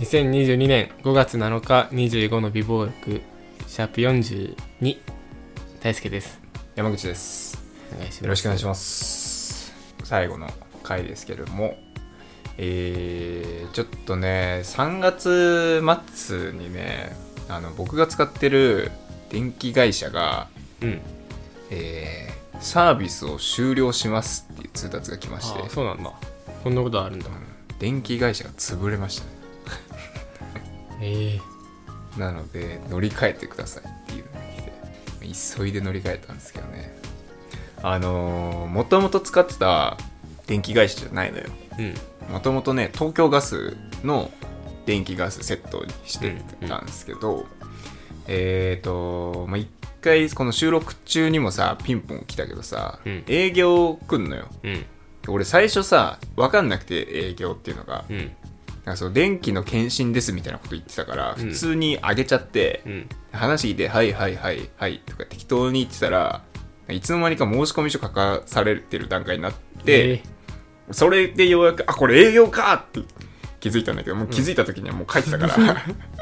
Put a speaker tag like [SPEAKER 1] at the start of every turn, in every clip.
[SPEAKER 1] 2022年5月7日25の美貌録シャープ42大輔です
[SPEAKER 2] 山口です
[SPEAKER 1] お願いします
[SPEAKER 2] よろしくお願いします最後の回ですけれどもえー、ちょっとね3月末にねあの僕が使ってる電気会社が、
[SPEAKER 1] うん
[SPEAKER 2] えーサービスを終了しますっていう通達が来まして
[SPEAKER 1] ああそうなんだこんなことあるんだ
[SPEAKER 2] うん電気会社が潰れましたね
[SPEAKER 1] ええ
[SPEAKER 2] なので乗り換えてくださいっていうのが来て急いで乗り換えたんですけどねあのもともと使ってた電気会社じゃないのよ
[SPEAKER 1] うん
[SPEAKER 2] もともとね東京ガスの電気ガスセットにしてたんですけど、えっ、とまあ一回この収録中にもさピンポン来たけどさ、
[SPEAKER 1] うん
[SPEAKER 2] 営業来んのよ
[SPEAKER 1] うん
[SPEAKER 2] 俺最初さ分かんなくて営業っていうのが、
[SPEAKER 1] うん
[SPEAKER 2] なんかその電気の検診ですみたいなこと言ってたから
[SPEAKER 1] うん
[SPEAKER 2] 普通に上げちゃって、
[SPEAKER 1] うん
[SPEAKER 2] 話聞いて「はいはいはいはい」とか適当に言ってたらいつの間にか申し込み書書かされてる段階になって、
[SPEAKER 1] え
[SPEAKER 2] それでようやく「あこれ営業か!」って気づいたんだけどもう気づいた時にはもう書いてたから、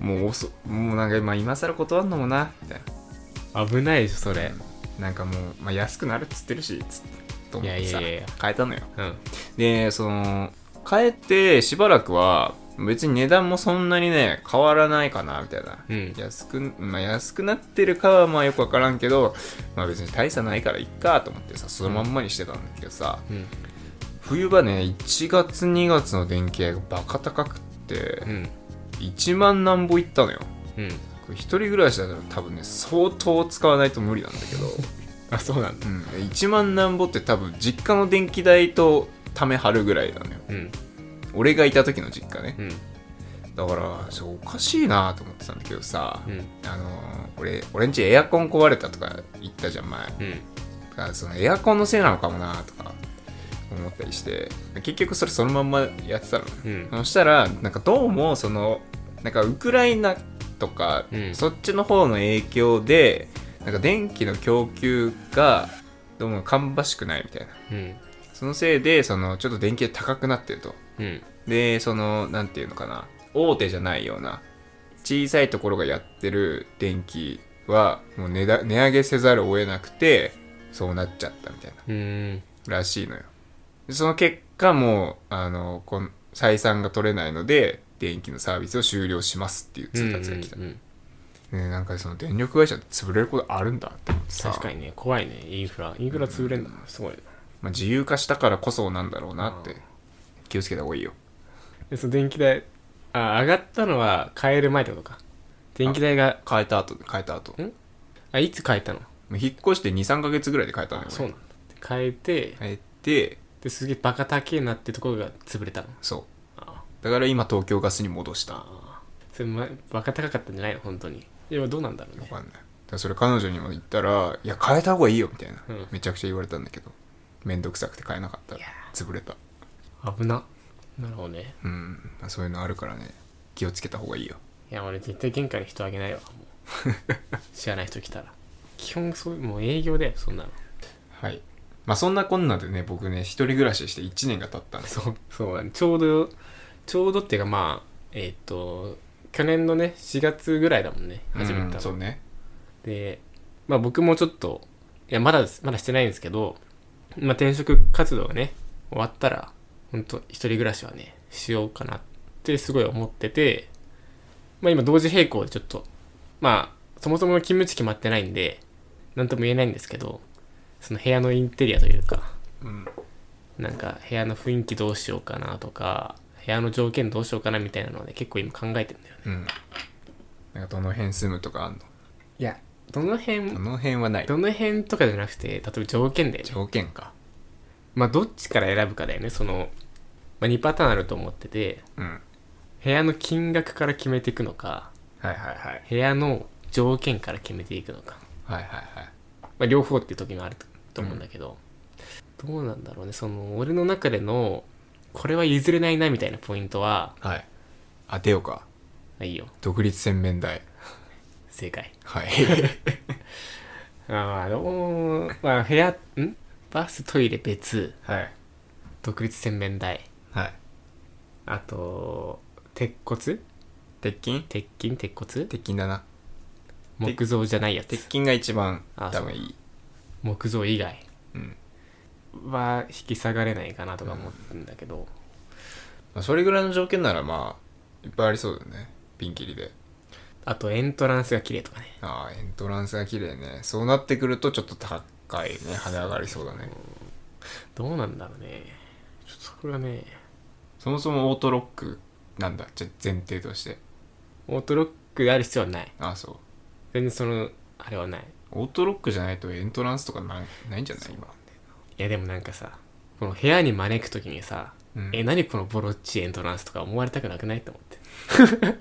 [SPEAKER 2] もう遅もうなんか今今更断んのもなみたい
[SPEAKER 1] え危ないでしょそ
[SPEAKER 2] な
[SPEAKER 1] れ
[SPEAKER 2] なんかもう、まあ、安くなるっつってるしつっと思ってさ
[SPEAKER 1] いやいやいやいや
[SPEAKER 2] 変えたのよ
[SPEAKER 1] うん
[SPEAKER 2] でその変えてしばらくは別に値段もそんなにね変わらないかなみたいな、
[SPEAKER 1] うん
[SPEAKER 2] 安くまあ、安くなってるかはまあよく分からんけど、まあ、別に大差ないからいっかと思ってさそのまんまにしてたんだけどさ、
[SPEAKER 1] うん
[SPEAKER 2] 冬場ね1月2月の電気代がバカ高くって
[SPEAKER 1] うん
[SPEAKER 2] 1万何ぼいったのよ
[SPEAKER 1] うん
[SPEAKER 2] これ一人暮らしだったら多分ね相当使わないと無理なんだ けど、
[SPEAKER 1] あそうなんだ
[SPEAKER 2] うん、1万何ぼって多分実家の電気代とため張るぐらいなのよ
[SPEAKER 1] うん
[SPEAKER 2] 俺がいた時の実家ね
[SPEAKER 1] うん
[SPEAKER 2] だからそうおかしいなと思ってたんだけどさ、
[SPEAKER 1] うん
[SPEAKER 2] あのー俺俺んちエアコン壊れたとか言ったじゃん前
[SPEAKER 1] うん
[SPEAKER 2] だからそのエアコンのせいなのかもなとか思ったりして結局それそのまんまやってたのね
[SPEAKER 1] うん
[SPEAKER 2] そしたらなんかどうもそのなんかウクライナとか、
[SPEAKER 1] うん
[SPEAKER 2] そっちの方の影響でなんか電気の供給がどうも芳しくないみたいな
[SPEAKER 1] うん
[SPEAKER 2] そのせいでそのちょっと電気が高くなってると
[SPEAKER 1] うん
[SPEAKER 2] でそのなんていうのかな大手じゃないような小さいところがやってる電気はもう値だ値上げせざるを得なくてそうなっちゃったみたいな
[SPEAKER 1] うん
[SPEAKER 2] らしいのよでその結果もうあのこの採算が取れないので電気のサービスを終了しますっていう通達が来た、
[SPEAKER 1] うんうんうん
[SPEAKER 2] ねなんかその電力会社って潰れることあるんだって思ってさ
[SPEAKER 1] 確かにね怖いねインフラインフラ潰れんだすごいな
[SPEAKER 2] まあ、自由化したからこそなんだろうなって気をつけた方がいいよ
[SPEAKER 1] でその電気代あ上がったのは変える前ってことか電気代が
[SPEAKER 2] 変えた後変えた後
[SPEAKER 1] んあいつ変えたの
[SPEAKER 2] もう引っ越して23ヶ月ぐらいで変えたのよ
[SPEAKER 1] そう
[SPEAKER 2] 俺
[SPEAKER 1] なんだ変えて
[SPEAKER 2] 変えて
[SPEAKER 1] ですげえバカ高えなってところが潰れたの
[SPEAKER 2] そう
[SPEAKER 1] あ
[SPEAKER 2] だから今東京ガスに戻したわ
[SPEAKER 1] あそれ、ま、バカ高かったんじゃないの本当にいやどうなんだろうね
[SPEAKER 2] かんないだからそれ彼女にも言ったら「いや変えた方がいいよ」みたいな、
[SPEAKER 1] うん
[SPEAKER 2] めちゃくちゃ言われたんだけどめんどくさくて変えなかったら
[SPEAKER 1] いや
[SPEAKER 2] 潰れた
[SPEAKER 1] 危ななるほどね
[SPEAKER 2] うん、まあ、そういうのあるからね気をつけた方がいいよ
[SPEAKER 1] いや俺絶対玄関に人あげ ないわもう知らない人来たら基本そういうもう営業だよそんなの
[SPEAKER 2] はいまあそんなこんなでね僕ね一人暮らしして1年が経ったんです
[SPEAKER 1] そうそうだねちょうどちょうどっていうかまあえーっ、と去年のね4月ぐらいだもんね始めたの
[SPEAKER 2] うんそうね
[SPEAKER 1] で、まあ、僕もちょっといやまだですまだしてないんですけど、まあ、転職活動がね終わったら本当一人暮らしはねしようかなってすごい思ってて、まあ、今同時並行でちょっとまあそもそもの勤務地決まってないんで何とも言えないんですけどその部屋のインテリアというか
[SPEAKER 2] うん
[SPEAKER 1] なんか部屋の雰囲気どうしようかなとか部屋の条件どうしようかなみたいなので、結構今考えてるんだよね
[SPEAKER 2] うんなんかどの辺住むとかあんの
[SPEAKER 1] いやどの辺
[SPEAKER 2] どの辺はない
[SPEAKER 1] どの辺とかじゃなくて例えば条件だよね
[SPEAKER 2] 条件か
[SPEAKER 1] まあどっちから選ぶかだよねその、まあ、2パターンあると思ってて
[SPEAKER 2] うん
[SPEAKER 1] 部屋の金額から決めていくのか
[SPEAKER 2] はいはいはい
[SPEAKER 1] 部屋の条件から決めていくのか、
[SPEAKER 2] はいはいはい
[SPEAKER 1] まあ、両方っていう時もあると思うんだけど、どうなんだろうねその俺の中でのこれは譲れないなみたいなポイントは
[SPEAKER 2] はい当てようか
[SPEAKER 1] あいいよ
[SPEAKER 2] 独立洗面台
[SPEAKER 1] 正解
[SPEAKER 2] はい
[SPEAKER 1] ああどうまあ部屋んバストイレ別
[SPEAKER 2] はい
[SPEAKER 1] 独立洗面台
[SPEAKER 2] はい
[SPEAKER 1] あと鉄骨
[SPEAKER 2] 鉄筋
[SPEAKER 1] 鉄筋鉄骨
[SPEAKER 2] 鉄筋だな
[SPEAKER 1] 木造じゃないや
[SPEAKER 2] 鉄
[SPEAKER 1] つ
[SPEAKER 2] 筋が一番
[SPEAKER 1] あ
[SPEAKER 2] 多分いい
[SPEAKER 1] 木造以外
[SPEAKER 2] うん
[SPEAKER 1] は引き下がれないかなとか思うんだけど、
[SPEAKER 2] まあそれぐらいの条件ならまあいっぱいありそうだよねピンキリで
[SPEAKER 1] あとエントランスが綺麗とかね
[SPEAKER 2] ああエントランスが綺麗ねそうなってくるとちょっと高いね跳ね上がりそうだね
[SPEAKER 1] どうなんだろうねちょっとそこがね
[SPEAKER 2] そもそもオートロックなんだじゃ前提として
[SPEAKER 1] オートロックである必要はない
[SPEAKER 2] ああそう
[SPEAKER 1] 全然そのあれはない
[SPEAKER 2] オートロックじゃないとエントランスとかないないんじゃない今
[SPEAKER 1] いやでもなんかさこの部屋に招く時にさ、
[SPEAKER 2] うん
[SPEAKER 1] え何このボロッチエントランスとか思われたくなくないと思って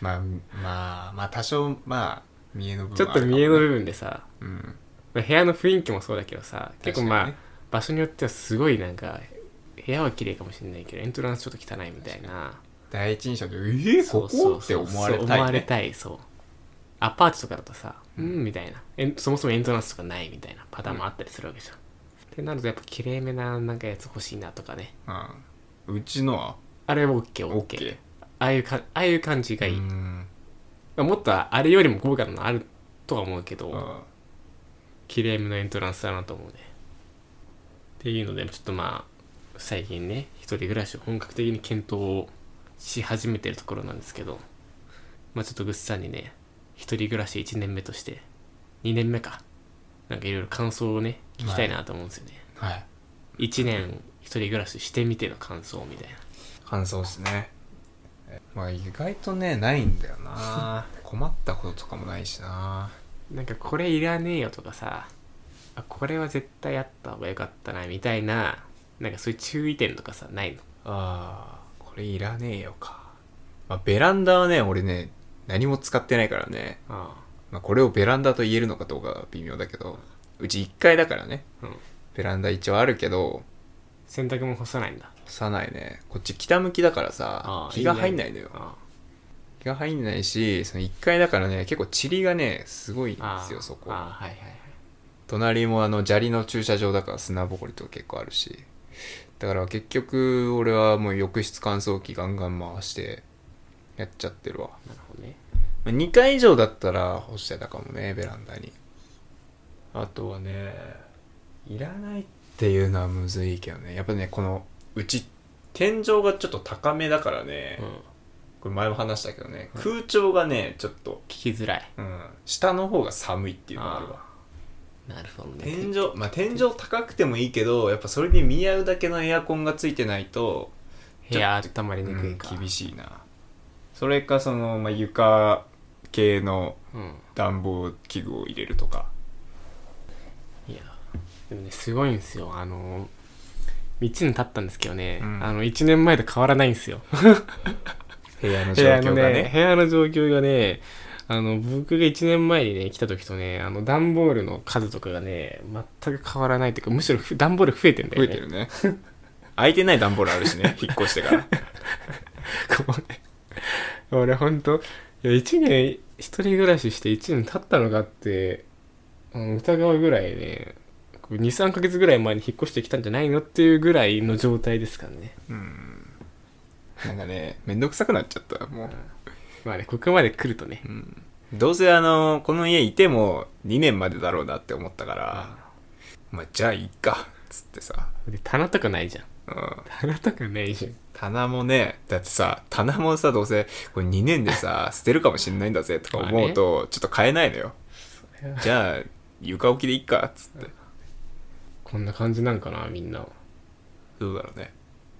[SPEAKER 2] まあまあまあ多少まあ見えの部
[SPEAKER 1] ちょっ
[SPEAKER 2] 分はあ
[SPEAKER 1] と
[SPEAKER 2] るかも
[SPEAKER 1] 見栄の部分でさ
[SPEAKER 2] うん
[SPEAKER 1] 部屋の雰囲気もそうだけどさ結構まあ、
[SPEAKER 2] 確か
[SPEAKER 1] 場所によってはすごいなんか部屋は綺麗かもしれないけどエントランスちょっと汚いみたいな
[SPEAKER 2] 第一印象で「ええここ?」って思われ
[SPEAKER 1] そう思
[SPEAKER 2] た
[SPEAKER 1] わ
[SPEAKER 2] い、
[SPEAKER 1] れ
[SPEAKER 2] ね、
[SPEAKER 1] たいそうアパートとかだとさうん、みたいなえんそもそもエントランスとかないみたいなパターンもあったりするわけじゃん、ってなるとやっぱ綺麗めななんかやつ欲しいなとかね
[SPEAKER 2] うんうちのは
[SPEAKER 1] あれは OKOK、
[SPEAKER 2] OK
[SPEAKER 1] ああいうかああいう感じがいい、
[SPEAKER 2] うん
[SPEAKER 1] まあもっとあれよりも豪華なのあるとは思うけど、
[SPEAKER 2] うん
[SPEAKER 1] 綺麗めのエントランスだなと思うねっていうのでちょっとまあ最近ね一人暮らしを本格的に検討をし始めてるところなんですけどまあちょっとぐっさんにね一人暮らし1年目として2年目かなんかいろいろ感想をね聞きたいなと思うんですよね、
[SPEAKER 2] はい
[SPEAKER 1] 1年一人暮らししてみての感想みたいな
[SPEAKER 2] 感想ですねまあ意外とねないんだよ な困ったこととかもないしな
[SPEAKER 1] なんかこれいらねえよとかさあこれは絶対あった方がよかったなみたいななんかそういう注意点とかさないの
[SPEAKER 2] あーこれいらねえよか、まあ、ベランダはね俺ね何も使ってないからね、
[SPEAKER 1] あ
[SPEAKER 2] まあ、これをベランダと言えるのかどうかは微妙だけどうち1階だからね
[SPEAKER 1] あうん
[SPEAKER 2] ベランダ一応あるけど
[SPEAKER 1] 洗濯も干さないんだ
[SPEAKER 2] 干さないねこっち北向きだからさ
[SPEAKER 1] あー
[SPEAKER 2] 日が入んないのよ
[SPEAKER 1] あ
[SPEAKER 2] 日が入んないしその1階だからね結構塵がねすごいんで
[SPEAKER 1] あ
[SPEAKER 2] すよそこ
[SPEAKER 1] ああはいはいはい
[SPEAKER 2] 隣もあの砂利の駐車場だから砂ぼこりとか結構あるしだから結局俺はもう浴室乾燥機ガンガン回してやっちゃってるわ
[SPEAKER 1] なるほどね
[SPEAKER 2] 2回以上だったら干してたかもねベランダにあとはねいらないっていうのはむずいけどねやっぱねこのうち天井がちょっと高めだからね、
[SPEAKER 1] うん
[SPEAKER 2] これ前も話したけどね、空調がねちょっと、
[SPEAKER 1] 聞きづらい
[SPEAKER 2] うん、下の方が寒いっていうのがあるわ
[SPEAKER 1] なるほどね
[SPEAKER 2] 天井まあ天井高くてもいいけどやっぱそれに見合うだけのエアコンがついてないと、
[SPEAKER 1] 部屋温まりにく
[SPEAKER 2] う
[SPEAKER 1] い
[SPEAKER 2] ん
[SPEAKER 1] か、
[SPEAKER 2] 厳しいなそれかその、まあ、床系の
[SPEAKER 1] うん
[SPEAKER 2] 暖房器具を入れるとか
[SPEAKER 1] いやでもねすごいんですよあの1年経ったんですけどね、
[SPEAKER 2] うん
[SPEAKER 1] あの1年前と変わらないんですよ
[SPEAKER 2] 部屋
[SPEAKER 1] 部
[SPEAKER 2] の 状
[SPEAKER 1] 屋
[SPEAKER 2] 況
[SPEAKER 1] の
[SPEAKER 2] がね
[SPEAKER 1] ね部屋の状況がねあの僕が1年前にね来た時とねあの段ボールの数とかがね全く変わらないというかむしろふ段ボール増えてんだよ
[SPEAKER 2] 増
[SPEAKER 1] ね
[SPEAKER 2] えてるね 空いてない段ボールあるし ね引っ越してから
[SPEAKER 1] これ俺ほんといや1年一人暮らしして1年経ったのかってあの疑うぐらいね23ヶ月ぐらい前に引っ越してきたんじゃないのっていうぐらいの状態ですからね
[SPEAKER 2] うんなんかねめんどくさくなっちゃったもう、
[SPEAKER 1] まあねここまで来るとね
[SPEAKER 2] うんどうせあのこの家いても2年までだろうなって思ったから、まあじゃあいいかっつってさ、
[SPEAKER 1] で棚とかないじゃん
[SPEAKER 2] うん、
[SPEAKER 1] 棚とかないじゃん
[SPEAKER 2] 棚もねだってさ棚もさどうせこれ2年 でさ捨てるかもしんないんだぜとか思うとちょっと買えないのよ
[SPEAKER 1] れは
[SPEAKER 2] じゃあ床置きでいいかっつって
[SPEAKER 1] こんな感じなんかなみんな
[SPEAKER 2] どうだろうね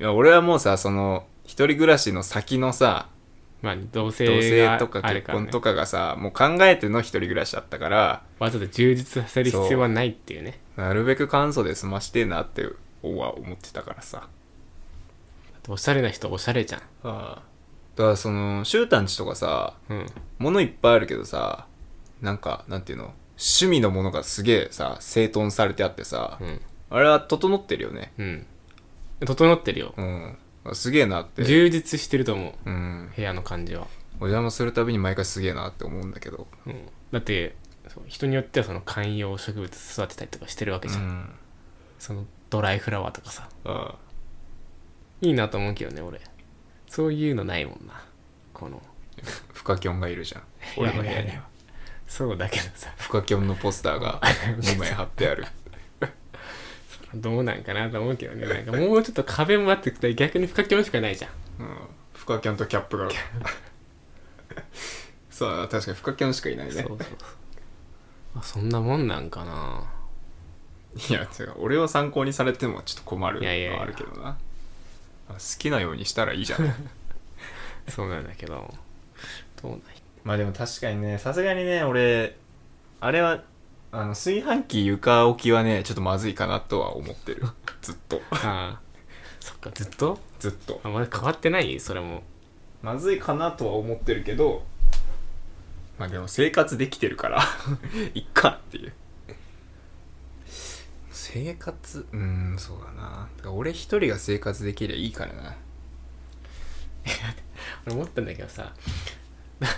[SPEAKER 2] いや俺はもうさその一人暮らしの先のさ
[SPEAKER 1] まあ同
[SPEAKER 2] 同
[SPEAKER 1] 棲が
[SPEAKER 2] 棲とか
[SPEAKER 1] ある
[SPEAKER 2] 結
[SPEAKER 1] から、
[SPEAKER 2] 婚
[SPEAKER 1] ね、
[SPEAKER 2] とかがさもう考えての一人暮らしだったから
[SPEAKER 1] わざわざ充実させる必要はないっていうね
[SPEAKER 2] なるべく簡素で済ましてえなっては思ってたからさ
[SPEAKER 1] あとおしゃれな人はおしゃれじゃん
[SPEAKER 2] ああだからその柊たんちとかさ
[SPEAKER 1] うん
[SPEAKER 2] 物いっぱいあるけどさなんかなんていうの趣味のものがすげえさ整頓されてあってさ、
[SPEAKER 1] うん
[SPEAKER 2] あれは整ってるよね
[SPEAKER 1] うん整ってるよ
[SPEAKER 2] うんすげえなって、
[SPEAKER 1] 充実してると思う
[SPEAKER 2] うん、
[SPEAKER 1] 部屋の感じは、
[SPEAKER 2] お邪魔するたびに毎回すげえなって思うんだけど、
[SPEAKER 1] うん、だってそう人によってはその観葉植物育てたりとかしてるわけ
[SPEAKER 2] う
[SPEAKER 1] じゃん、
[SPEAKER 2] ん、
[SPEAKER 1] そのドライフラワーとかさ
[SPEAKER 2] ああ
[SPEAKER 1] いいなと思うけどね俺そういうのないもんなこの
[SPEAKER 2] フカキョンがいるじゃん俺の部屋には
[SPEAKER 1] そうだけどさ
[SPEAKER 2] フカキョンのポスター が2枚貼ってある
[SPEAKER 1] どうなんかなと思うけどねなんかもうちょっと壁もあってきて逆に不可教しかないじゃん
[SPEAKER 2] うんフカキョンとキャップが そう確かにフカキョンしかいない
[SPEAKER 1] そう
[SPEAKER 2] ね
[SPEAKER 1] そうそうあそんなもんなんかない
[SPEAKER 2] や違う俺を参考にされてもちょっと困る
[SPEAKER 1] いやいやい
[SPEAKER 2] の
[SPEAKER 1] や
[SPEAKER 2] はあるけどなあ好きなようにしたらいいじゃん
[SPEAKER 1] そうなんだけどどうなん
[SPEAKER 2] まあでも確かにねさすがにね俺あれはあの炊飯器床置きはねちょっとまずいかなとは思って るずっと
[SPEAKER 1] ああそっかずっと
[SPEAKER 2] ずっと
[SPEAKER 1] あまだ変わってないそれも
[SPEAKER 2] まずいかなとは思ってるけどまあでも生活できてる からいっかっていう生活うーんそうだなだから俺一人が生活できりゃいいからな
[SPEAKER 1] 俺思ったんだけどさ な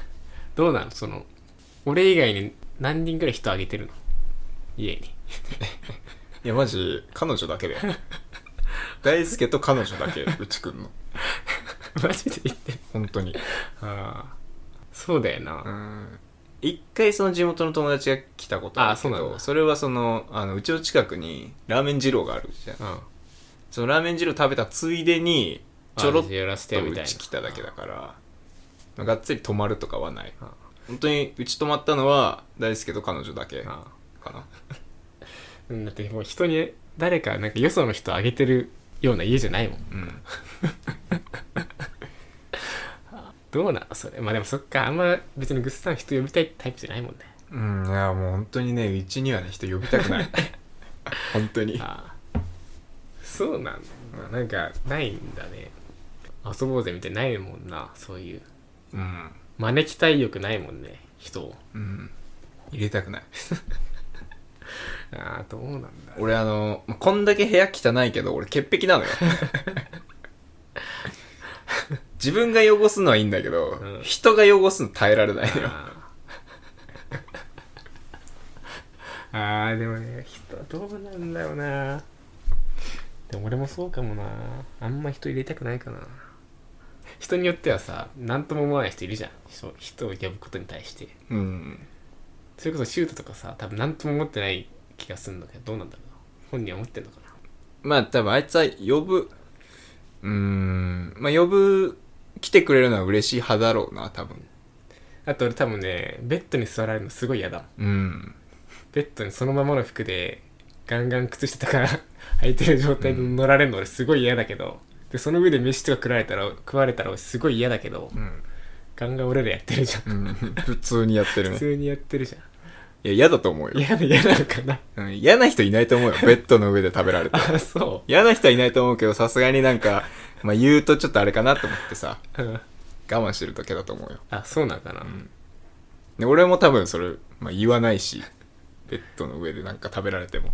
[SPEAKER 1] どうなのその俺以外に何人ぐらい人あげてるの家に
[SPEAKER 2] いやマジ彼女だけで 大輔と彼女だけうちくんの
[SPEAKER 1] マジで言ってる
[SPEAKER 2] 本当に
[SPEAKER 1] ああそうだよな、
[SPEAKER 2] うん一回その地元の友達が来たことあ
[SPEAKER 1] あ
[SPEAKER 2] るけど
[SPEAKER 1] そうなんだ
[SPEAKER 2] それはそのあのうちの近くにラーメン二郎があるじゃん
[SPEAKER 1] うん
[SPEAKER 2] そのラーメン二郎食べたついでにちょろっと
[SPEAKER 1] あ寄らせてみ
[SPEAKER 2] う
[SPEAKER 1] たいな
[SPEAKER 2] ち来ただけだからがっつり泊まるとかはない
[SPEAKER 1] あ
[SPEAKER 2] 本当にうち泊まったのは大輔と彼女だけか
[SPEAKER 1] あ
[SPEAKER 2] な
[SPEAKER 1] うんだってもう人に誰かなんかよその人あげてるような家じゃないもん
[SPEAKER 2] うん
[SPEAKER 1] どうなのそれまあでもそっかあんま別にグッズさん人呼びたいタイプじゃないもんね
[SPEAKER 2] うんいやもう本当にねうちにはね人呼びたくない 本当に
[SPEAKER 1] ああそうなんだなんかないんだね遊ぼうぜみたいなないもんなそういう
[SPEAKER 2] うん
[SPEAKER 1] 招きたい欲ないもんね人を
[SPEAKER 2] うん入れたくない
[SPEAKER 1] ああどうなんだ
[SPEAKER 2] 俺あのこんだけ部屋汚いけど俺潔癖なの よ自分が汚すのはいいんだけど、
[SPEAKER 1] うん
[SPEAKER 2] 人が汚すの耐えられないのよ
[SPEAKER 1] あーあーでもね人はどうなんだよなでも俺もそうかもなあんま人入れたくないかな人によってはさ何とも思わない人いるじゃん人人を呼ぶことに対して
[SPEAKER 2] うん
[SPEAKER 1] それこそシュートとかさ多分何とも思ってない気がするんだけどどうなんだろうな本人は思ってんのか
[SPEAKER 2] まあ多分あいつは呼ぶうーんまあ呼ぶ来てくれるのは嬉しい派だろうな多分
[SPEAKER 1] なあと俺多分ねベッドに座られるのすごい嫌だもん
[SPEAKER 2] うん
[SPEAKER 1] ベッドにそのままの服でガンガン靴下とか 履いてる状態で乗られるの俺すごい嫌だけど、でその上で飯とか食られたら食われたら俺すごい嫌だけど
[SPEAKER 2] うん、
[SPEAKER 1] ガンガン俺らやってるじゃん
[SPEAKER 2] うん、普通にやってる
[SPEAKER 1] 普
[SPEAKER 2] ね
[SPEAKER 1] 通にやってるじゃ
[SPEAKER 2] いや嫌だと思うんよ
[SPEAKER 1] 嫌だ嫌なのかな
[SPEAKER 2] うん嫌な人いないと思うよベッドの上で食べられて
[SPEAKER 1] あそ
[SPEAKER 2] 嫌な人はいないと思うけどさすがになんか、まあ、言うとちょっとあれかなと思ってさ
[SPEAKER 1] う、うん、
[SPEAKER 2] 我慢してるだけだと思うよ
[SPEAKER 1] あそうなんかな、
[SPEAKER 2] んで俺も多分それ、まあ、言わないしベッドの上でなんか食べられても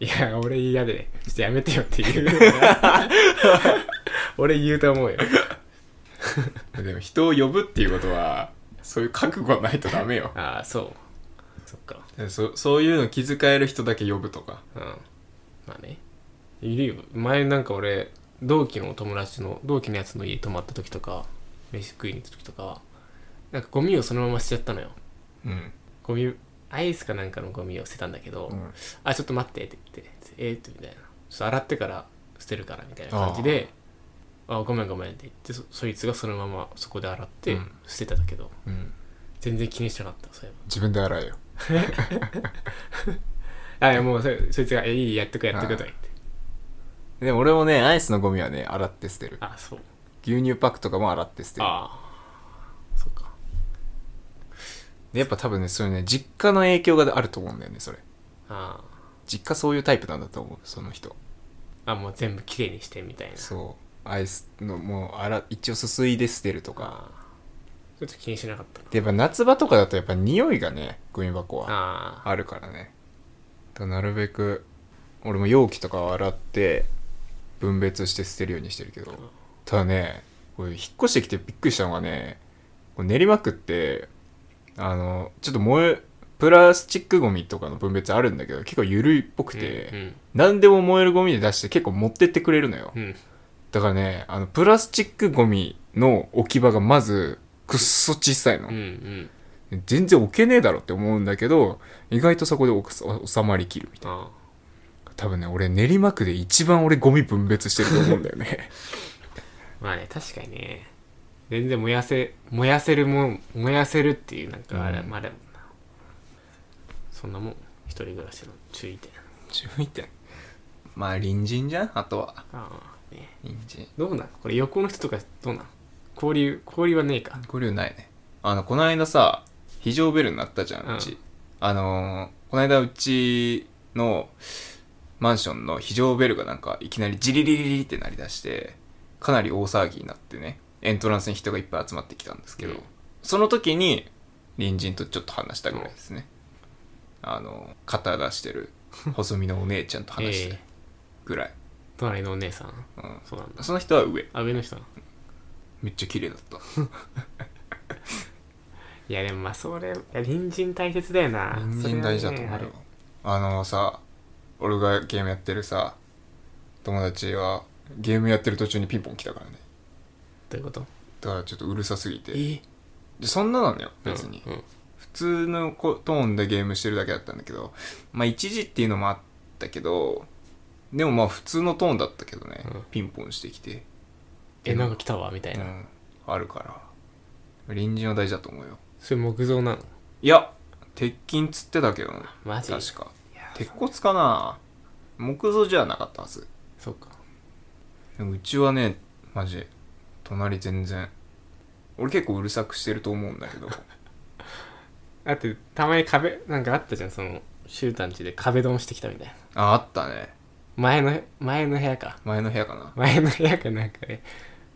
[SPEAKER 1] いや俺嫌でちょっとやめてよって 言う のが俺言うと思うよ
[SPEAKER 2] でも人を呼ぶっていうことはそういう覚悟がないとダメよ
[SPEAKER 1] ああそうそっか
[SPEAKER 2] で そそういうの気遣える人だけ呼ぶとか
[SPEAKER 1] うんまあねいるよ前なんか俺同期の友達の同期のやつの家泊まった時とか飯食いに行った時とかはなんかゴミをそのまましちゃったのよ
[SPEAKER 2] うん、
[SPEAKER 1] ゴミアイスかなんかのゴミを捨てたんだけど「
[SPEAKER 2] うん
[SPEAKER 1] あちょっと待って」って言って「えっ?」ってみたいな「ちょっと洗ってから捨てるから」みたいな感じで「あごめんごめん」って言ってそそいつがそのままそこで洗って
[SPEAKER 2] うん
[SPEAKER 1] 捨てただけど、全然気にしてなかったそういえ
[SPEAKER 2] 自分で洗えよ
[SPEAKER 1] ばあいやもうそそいつが「えいいやっとくやっとく」とか言って
[SPEAKER 2] でも俺もねアイスのゴミはね洗って捨てる
[SPEAKER 1] あそう
[SPEAKER 2] 牛乳パックとかも洗って捨てる
[SPEAKER 1] ああそっか
[SPEAKER 2] でやっぱ多分ねそれね実家の影響があると思うんだよねそれ
[SPEAKER 1] あ
[SPEAKER 2] 実家そういうタイプなんだと思うその人
[SPEAKER 1] ああもう全部きれいにしてみたいな
[SPEAKER 2] そうアイスのもうあら一応すすいで捨てるとか
[SPEAKER 1] ああちょっと気にしなかったな
[SPEAKER 2] でやっぱ夏場とかだとやっぱ匂いがねゴミ箱は
[SPEAKER 1] ああ
[SPEAKER 2] あるからねだからなるべく俺も容器とかを洗って分別して捨てるようにしてるけどただねこれ引っ越してきてびっくりしたのがねこれ練馬区ってあのちょっと燃えプラスチックゴミとかの分別あるんだけど結構緩いっぽくて、
[SPEAKER 1] うん
[SPEAKER 2] 何でも燃えるゴミで出して結構持ってってくれるのよ、
[SPEAKER 1] うん、うん
[SPEAKER 2] だからねあのプラスチックゴミの置き場がまずくっそ小さいの、
[SPEAKER 1] うんうん
[SPEAKER 2] 全然置けねえだろって思うんだけど意外とそこでおくすお収まりきるみたい
[SPEAKER 1] あ
[SPEAKER 2] な多分ね俺練馬区で一番俺ゴミ分別してると思うんだよね
[SPEAKER 1] あまあね確かにね全然燃やせ燃やせるもん燃やせるっていうなんかあれ,、
[SPEAKER 2] うん
[SPEAKER 1] あれもんなそんなもん一人暮らしの注意点
[SPEAKER 2] 注意点まあ隣人じゃんあとは
[SPEAKER 1] ああね
[SPEAKER 2] 隣人
[SPEAKER 1] どうなんこれ横の人とかどうなん交流交流はねえか
[SPEAKER 2] これないねあのこの間さ非常ベルになったじゃんうち、
[SPEAKER 1] うん
[SPEAKER 2] あのーこの間うちのマンションの非常ベルがなんかいきなりジリリリリって鳴り出してかなり大騒ぎになってねエントランスに人がいっぱい集まってきたんですけど、
[SPEAKER 1] うん
[SPEAKER 2] その時に隣人とちょっと話したぐらいですね、あの肩出してる細身のお姉ちゃんと話し
[SPEAKER 1] え
[SPEAKER 2] た
[SPEAKER 1] え
[SPEAKER 2] ぐらい、
[SPEAKER 1] 隣のお姉さん
[SPEAKER 2] うん
[SPEAKER 1] そうなんだ
[SPEAKER 2] その人は上
[SPEAKER 1] あ上の人なの
[SPEAKER 2] めっちゃ綺麗だった
[SPEAKER 1] いやでもまあそれいや隣人大切だよな
[SPEAKER 2] 人参大事だと思う
[SPEAKER 1] それ
[SPEAKER 2] よ
[SPEAKER 1] はね
[SPEAKER 2] あのさ俺がゲームやってるさ友達はゲームやってる途中にピンポン来たからね
[SPEAKER 1] どういうこと
[SPEAKER 2] だからちょっとうるさすぎて
[SPEAKER 1] え
[SPEAKER 2] でそんななのよ別に、
[SPEAKER 1] うんうん
[SPEAKER 2] 普通のこトーンでゲームしてるだけだったんだけどまあ一時っていうのもあったけどでもまあ普通のトーンだったけどね、
[SPEAKER 1] うん
[SPEAKER 2] ピンポンしてきて、
[SPEAKER 1] えなんか来たわみたいうな、
[SPEAKER 2] ん、あるから隣人は大事だと思うよ
[SPEAKER 1] それ木造なの
[SPEAKER 2] いや鉄筋つってたけどな
[SPEAKER 1] マジ
[SPEAKER 2] 確か
[SPEAKER 1] いや
[SPEAKER 2] 鉄骨かな木造じゃなかったはず
[SPEAKER 1] そうか
[SPEAKER 2] でもうちはねマジ隣全然俺結構うるさくしてると思うんだ けど
[SPEAKER 1] だってたまに壁なんかあったじゃんそのシュータンちで壁ドンしてきたみたいな
[SPEAKER 2] ああったね
[SPEAKER 1] 前の前の部屋か
[SPEAKER 2] 前の部屋かな
[SPEAKER 1] 前の部屋かなんかで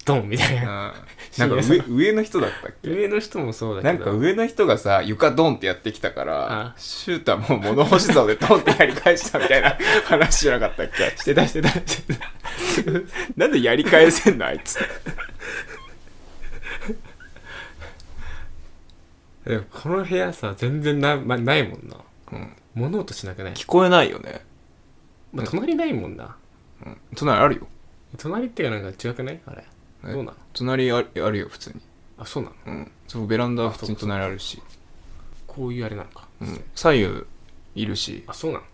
[SPEAKER 1] ドンみたいな
[SPEAKER 2] うんなんか上上の人だったっけ
[SPEAKER 1] 上の人もそうだ
[SPEAKER 2] な
[SPEAKER 1] け
[SPEAKER 2] ん
[SPEAKER 1] ど
[SPEAKER 2] か上の人がさ床ドンってやってきたから
[SPEAKER 1] ああ
[SPEAKER 2] シュータも物干し竿でドンってやり返したみたい な話じゃなかったっけ
[SPEAKER 1] してたしてたしてた
[SPEAKER 2] なんでやり返せんのあいつ
[SPEAKER 1] でもこの部屋さ全然な,、ま、ないもんな
[SPEAKER 2] うん
[SPEAKER 1] 物音しなくない、
[SPEAKER 2] 聞こえないよね、
[SPEAKER 1] まあ、隣ないもんな
[SPEAKER 2] うん、隣あるよ
[SPEAKER 1] 隣っていうかなんか違くないあれ
[SPEAKER 2] え
[SPEAKER 1] どうなの
[SPEAKER 2] 隣ああるよ普通に
[SPEAKER 1] あそうなの
[SPEAKER 2] うんそうベランダは普通に隣あるし
[SPEAKER 1] こういうあれなのか、
[SPEAKER 2] うん、左右いるし、
[SPEAKER 1] あそうなの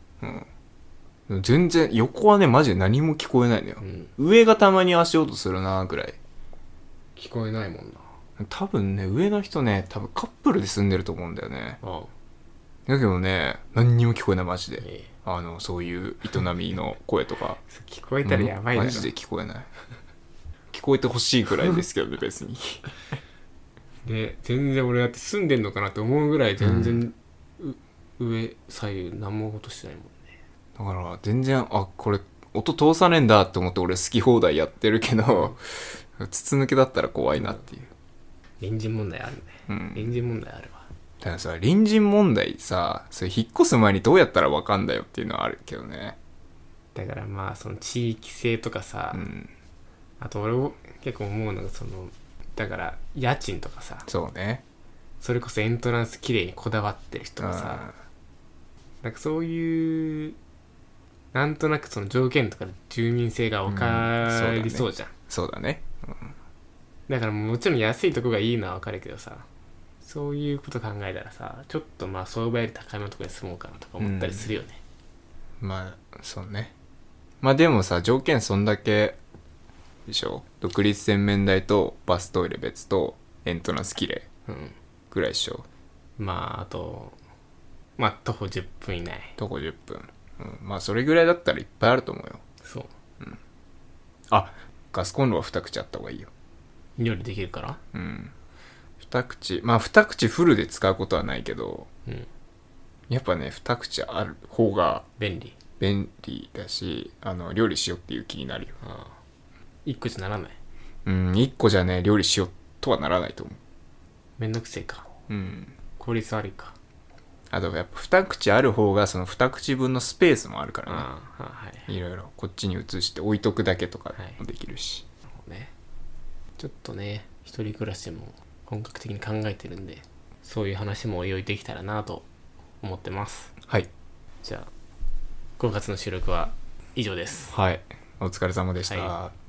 [SPEAKER 2] うん、全然横はねマジで何も聞こえないのよ
[SPEAKER 1] う、ん
[SPEAKER 2] 上がたまに足音するなぐらい
[SPEAKER 1] 聞こえないもんな
[SPEAKER 2] 多分ね上の人ね多分カップルで住んでると思うんだよね
[SPEAKER 1] ああ
[SPEAKER 2] だけどね何にも聞こえないマジで
[SPEAKER 1] ええ
[SPEAKER 2] あのそういう営みの声とか
[SPEAKER 1] それ聞こえたらやばいだ
[SPEAKER 2] マ
[SPEAKER 1] ろ
[SPEAKER 2] ジで聞こえない聞こえてほしいぐらいですけどね別に
[SPEAKER 1] で全然俺だって住んでんのかなって思うぐらい全然、う上左右何も音してないもんね
[SPEAKER 2] だから全然あこれ音通さねえんだって思って俺好き放題やってるけど筒抜けだったら怖いなっていう、
[SPEAKER 1] 隣人問題あるね
[SPEAKER 2] うん、
[SPEAKER 1] 隣人問題あるわ
[SPEAKER 2] たださ隣人問題さそれ引っ越す前にどうやったらわかんだよっていうのはあるけどね
[SPEAKER 1] だからまあその地域性とかさ、
[SPEAKER 2] うん
[SPEAKER 1] あと俺も結構思うのがそのだから家賃とかさ
[SPEAKER 2] そうね
[SPEAKER 1] それこそエントランス綺麗にこだわってる人がさ、なんかそういうなんとなくその条件とかで住民性が分かりそうじゃん、
[SPEAKER 2] うんそうだね
[SPEAKER 1] だからもちろん安いとこがいいのは分かるけどさそういうこと考えたらさちょっとまあ相場より高めのとこに住もうかなとか思ったりするよね、
[SPEAKER 2] まあそうねまあでもさ条件そんだけでしょ独立洗面台とバストイレ別とエントランス綺麗
[SPEAKER 1] うん
[SPEAKER 2] ぐらいでしょ
[SPEAKER 1] まああとまあ徒歩10分以内
[SPEAKER 2] 徒歩10分、うん、まあそれぐらいだったらいっぱいあると思うよ
[SPEAKER 1] そう
[SPEAKER 2] あガスコンロは2口あった方がいいよ
[SPEAKER 1] 料理できるから
[SPEAKER 2] うん2口まあ2口フルで使うことはないけど
[SPEAKER 1] うん
[SPEAKER 2] やっぱね2口ある方が
[SPEAKER 1] 便利
[SPEAKER 2] 便利だしあの料理しようっていう気になるよ
[SPEAKER 1] ああ1個じゃならない
[SPEAKER 2] うん1個じゃね料理しようとはならないと思
[SPEAKER 1] めんどくせえか
[SPEAKER 2] ううん
[SPEAKER 1] 効率悪いか
[SPEAKER 2] あとやっぱ2口ある方がその2口分のスペースもあるから
[SPEAKER 1] ああはい
[SPEAKER 2] ねいろいろこっちに移して置いとくだけとか
[SPEAKER 1] はい
[SPEAKER 2] もできるし、
[SPEAKER 1] ねちょっとね一人暮らしも本格的に考えてるんでそういう話もおいおいできたらなと思ってます
[SPEAKER 2] はい
[SPEAKER 1] じゃあ5月の収録は以上です
[SPEAKER 2] はいお疲れ様でした、
[SPEAKER 1] は